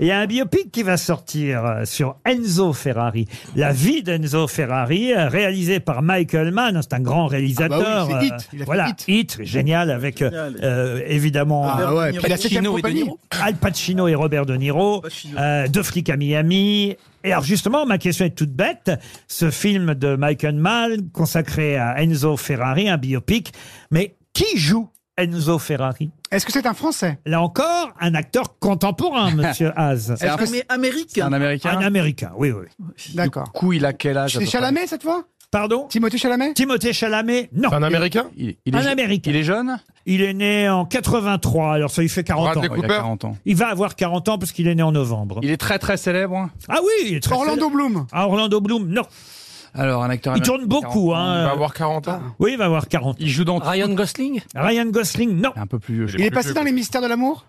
Et Il y a un biopic qui va sortir euh, sur Enzo Ferrari. La vie d'Enzo Ferrari, euh, réalisé par Michael Mann. C'est un grand réalisateur. Ah bah euh, c'est Hit. Il a fait voilà, Hit. génial, avec euh, Génial. euh, évidemment Ah ouais, puis la septième Pacino et De compagnie. Niro. Al Pacino et Robert De Niro, Pacino. euh, deux flics à Miami. Et alors justement, ma question est toute bête. Ce film de Michael Mann consacré à Enzo Ferrari, un biopic, mais qui joue Enzo Ferrari Est-ce que c'est un Français Là encore, un acteur contemporain, Monsieur Haas. C'est un Amé- américain. Un américain. Un Américain, oui, oui. D'accord. Du coup, il a quel âge à C'est peu près Chalamet cette fois Pardon Timothée Chalamet Timothée Chalamet Non. Un américain il, Ah il Un est, Américain. il est jeune Il est né en 83, alors ça lui fait 40 ans. Bradley Oh, Il a Cooper. 40 ans. Il va avoir 40 ans parce qu'il est né en novembre. Il est très très célèbre. hein. Ah oui, il est très Orlando Bloom. Ah, Orlando Bloom, non. Alors, un acteur Il américain tourne de 40 beaucoup. Ah ans. Il va Hein. avoir 40 ans. Oui, il va avoir 40. Il joue dans. Ryan Gosling Ryan Gosling, non. Un peu plus vieux. je Il est plus passé vieux, dans les mystères de l'amour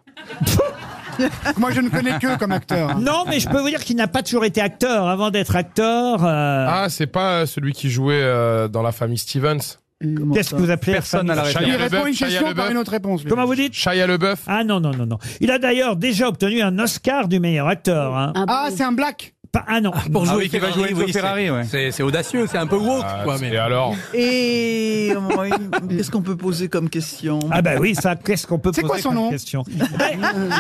Moi je ne connais que comme acteur. Non, mais je peux vous dire qu'il n'a pas toujours été acteur. Avant d'être acteur, euh, Ah, c'est pas euh, celui qui jouait euh, dans la famille Stevens. qu'est-ce que vous appelez Personne la à la famille Il référence. Shia répond LaBeouf, une Shia question par LaBeouf. une autre réponse. lui. Comment vous dites Shia LeBeouf. Ah non, non, non, non. Il a d'ailleurs déjà obtenu un Oscar du meilleur acteur. hein. Ah, c'est un black Pas- ah non. Pour Ah jouer oui, qui va Ferrari, jouer Enzo oui, c'est- Ferrari, ouais. C'est c'est audacieux, c'est un peu woke, Ah, quoi. et Mais... alors Et euh, qu'est-ce qu'on peut poser comme question Ah ben oui, ça, qu'est-ce qu'on peut C'est poser quoi son comme nom question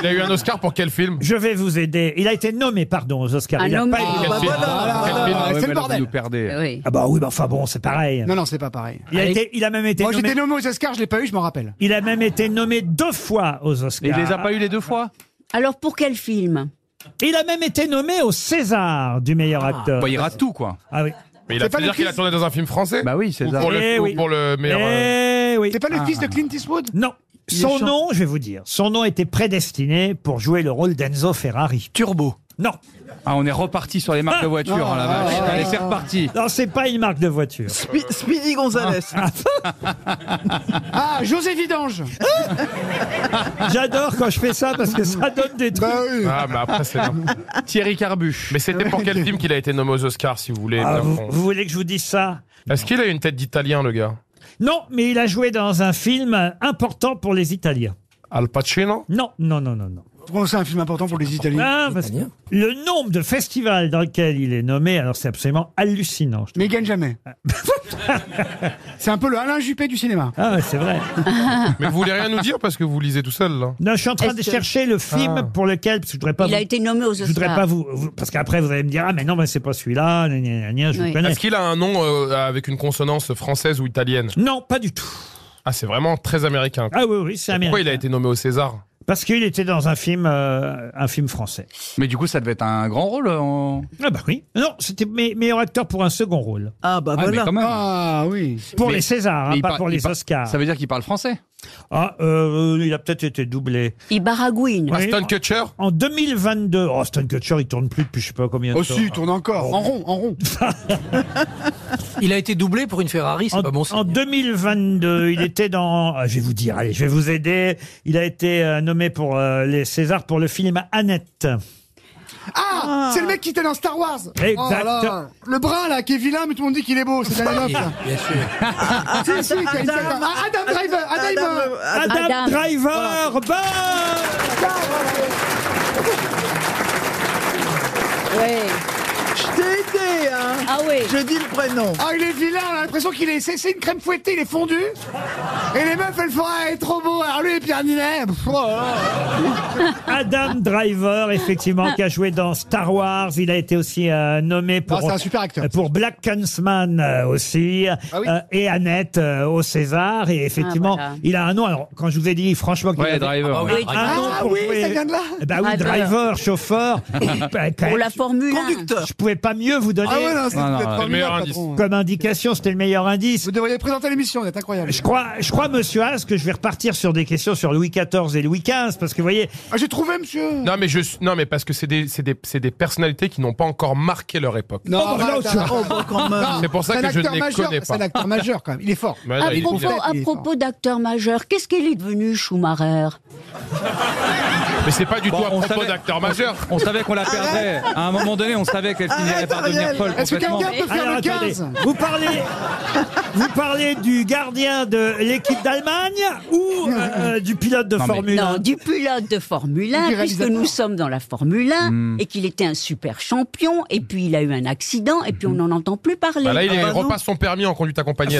Il a eu un Oscar pour quel film Je vais vous aider. Il a été nommé, pardon, aux Oscars. Un Il a homme pas qui- été- Quel bah film voilà. Quel film Ah, c'est Ouais, le mais là, vous bordel. nous perdez. Oui. Ah bah oui, bah enfin bon, c'est pareil. Non, non, c'est pas pareil. Il a, été, il a même été Moi nommé... j'étais nommé aux Oscars, je l'ai pas eu, je m'en rappelle. Il a même été nommé deux fois aux Oscars. Il les a pas eu les deux fois Alors pour quel film Il a même été nommé au César du meilleur acteur. Bah, Il rate tout, quoi. Ah oui. Mais il a C'est pas fait le dire qu'il a fils- tourné dans un film français Bah oui, c'est Ou ça. pour Eh le, oui. ou pour le meilleur. euh, Eh oui. C'est pas le fils de Clint Eastwood Non. est Son chan- nom, je vais vous dire, son nom était prédestiné pour jouer le rôle d'Enzo Ferrari. Turbo. Non, Ah, on est reparti sur les marques de voitures. hein, la vache. Allez, c'est reparti. non, c'est pas une marque de voiture. Spe- Speedy Gonzalez. Ah, José Vidange J'adore quand je fais ça parce que ça donne des trucs. Bah oui. Ah, mais après, c'est bien. Thierry Carbu. Mais c'était pour quel film qu'il a été nommé aux Oscars, si vous voulez Ah, bien vous, fond. vous voulez que je vous dise ça Est-ce qu'il a une tête d'Italien, le gars Non, mais il a joué dans un film important pour les Italiens. Al Pacino Non, non, non, non, non. Bon, c'est un film important pour les Italiens. Ah, parce que le nombre de festivals dans lesquels il est nommé, alors c'est absolument hallucinant. je trouve. Mais il gagne jamais. c'est un peu le Alain Juppé du cinéma. Ah, ouais, c'est vrai. Mais vous voulez rien nous dire parce que vous lisez tout seul, là. Non, je suis en train Est-ce de que- chercher le film Ah. pour lequel, parce que je voudrais pas Il vous- a été nommé aux Je voudrais Oscars. pas vous, vous- parce qu'après vous allez me dire ah mais non mais c'est pas celui-là, gna, gna, gna, gna, je Oui. vous connais. Est-ce qu'il a un nom euh, avec une consonance française ou italienne Non, pas du tout. Ah, c'est vraiment très américain. Ah oui oui, c'est américain. Pourquoi il a été nommé au César Parce qu'il était dans un film, euh, un film français. Mais du coup, ça devait être un grand rôle. En... Ah bah oui. Non, c'était me- meilleur acteur pour un second rôle. Ah bah Ah, mais voilà. quand même. Ah oui. Pour Mais- les Césars, hein, Mais il pas par- pour il les par- Oscars. Ça veut dire qu'il parle français. Ah, euh, il a peut-être été doublé. Ibaragouine. Oui. Aston Kutcher En 2022, oh, Stan Kutcher, il tourne plus depuis je sais pas combien de temps. Aussi, il tourne encore. En rond, en rond. Il a été doublé pour une Ferrari, En, c'est pas bon signe. en 2022, il était dans. ah, Je vais vous dire, allez, je vais vous aider. Il a été euh, nommé pour euh, les Césars pour le film Annette. Ah, c'est le mec qui était dans Star Wars. Exact. Oh là là. Le brun là qui est vilain, mais tout le monde dit qu'il est beau. C'est Daniel Hoff, là. Bien Si, sûr. si, t'as une tête- Ah, Adam Driver. Adam Driver. euh, Adam, Adam. Driver, bonne Ouais. Je t'ai aidé, hein. Ah oui. Je dis le prénom. Ah, il est vilain. On a l'impression qu'il est. C'est c'est une crème fouettée. Il est fondu. Et les meufs, elles font ah, il est trop beau. Alors lui et Pierre Ninet. pff, oh là là. Adam Driver, effectivement, qui a joué dans Star Wars. Il a été aussi euh, nommé Ah, pour. C'est un super acteur. Ah pour Black Huntsman euh, aussi, oui. euh, et Annette euh, au César, et effectivement, Ah, voilà. il a un nom. Alors, quand je vous ai dit, franchement, qu'il Ouais, avait driver. Ah, oui. Oui. un nom Ah pour oui, jouer- ça vient de là. Eh ben oui, Ah, voilà. driver, chauffeur. Bah, quand Pour même, la Formule 1. Conducteur. Je pouvais pas mieux vous donner Ah ouais, non, c'est Non, non, peut-être ouais. pas Le meilleur mal, indice. patron. comme indication, c'était le meilleur indice. Vous devriez présenter l'émission, vous êtes incroyable. Je crois, je crois, monsieur Haas, que je vais repartir sur des questions sur Louis XIV et Louis XV, parce que vous voyez, Ah, j'ai trouvé, monsieur. Non, mais je, non, mais parce que c'est des, c'est des, c'est des personnalités qui n'ont pas encore marqué leur époque. Oh, bah, là, arrête, tu- arrête. Oh, bah, quand même. C'est pour C'est ça un que je ne acteur les majeur. connais C'est pas. Bah, un acteur Ah, majeur quand même. Il est fort. Ah, Mais non, À Ah, il est propos, bizarre. bizarre. à propos d'acteur majeur, qu'est-ce qu'il est devenu Schumacher Mais c'est pas du Bon, tout à propos d'acteur majeur. Ah, On savait qu'on la perdrait. À un moment donné, on savait qu'elle finirait Arrête, par devenir Ariel. folle Est-ce que complètement. quelqu'un peut faire le attendez, 15 vous parlez, vous parlez du gardien de l'équipe d'Allemagne ou euh, euh, du pilote de Non, mais- Formule 1 Non, du pilote de Formule 1, Du puisque réalisateur. nous sommes dans la Formule 1, Hmm. et qu'il était un super champion, et puis il a eu un accident, et puis Hmm. on n'en entend plus parler. Bah là, il est- Ah bah non. repasse son permis en conduite accompagnée.